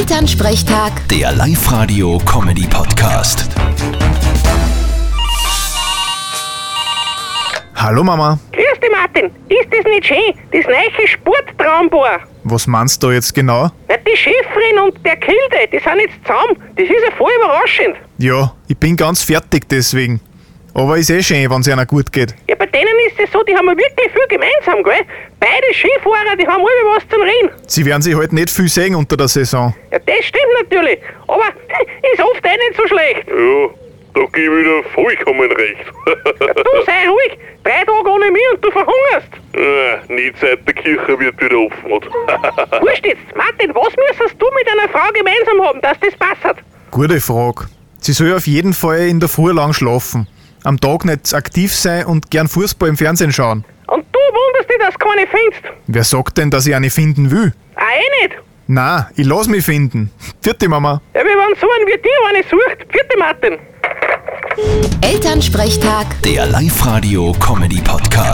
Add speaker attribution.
Speaker 1: Elternsprechtag,
Speaker 2: Der Live-Radio-Comedy-Podcast.
Speaker 3: Hallo Mama,
Speaker 4: Grüß dich, Martin. Ist das nicht schön? Das neue Sporttraumbohr.
Speaker 3: was meinst du jetzt genau?
Speaker 4: Na, die Chefin und der Kilde, die sind jetzt zusammen. Das ist ja voll überraschend.
Speaker 3: Ja, ich bin ganz fertig deswegen. Aber ist eh schön, wenn's einer gut geht.
Speaker 4: Ja, bei denen ist es so, die haben ja wirklich viel gemeinsam, gell? Beide Skifahrer, die haben alle was zum Reden.
Speaker 3: Sie werden sich halt nicht viel sehen unter der Saison.
Speaker 4: Ja, das stimmt natürlich. Aber ist oft eh nicht so schlecht.
Speaker 5: Ja, da gebe ich dir vollkommen recht.
Speaker 4: Du sei ruhig. Drei Tage ohne mich und du verhungerst.
Speaker 5: Äh, nicht seit der Kirche wird wieder offen.
Speaker 4: Wurscht jetzt. Martin, was müsstest du mit einer Frau gemeinsam haben, dass das passt?
Speaker 3: Gute Frage. Sie soll auf jeden Fall in der Früh lang schlafen, am Tag nicht aktiv sein und gern Fußball im Fernsehen schauen.
Speaker 4: Und du wunderst dich, dass du keine findest.
Speaker 3: Wer sagt denn, dass ich eine finden will?
Speaker 4: Ah, eh nicht.
Speaker 3: Na, ich lass mich finden. Vierte Mama.
Speaker 4: Ja, wir waren so ein wie dir eine sucht. Vierte Martin.
Speaker 1: Elternsprechtag.
Speaker 2: Der Live-Radio-Comedy-Podcast.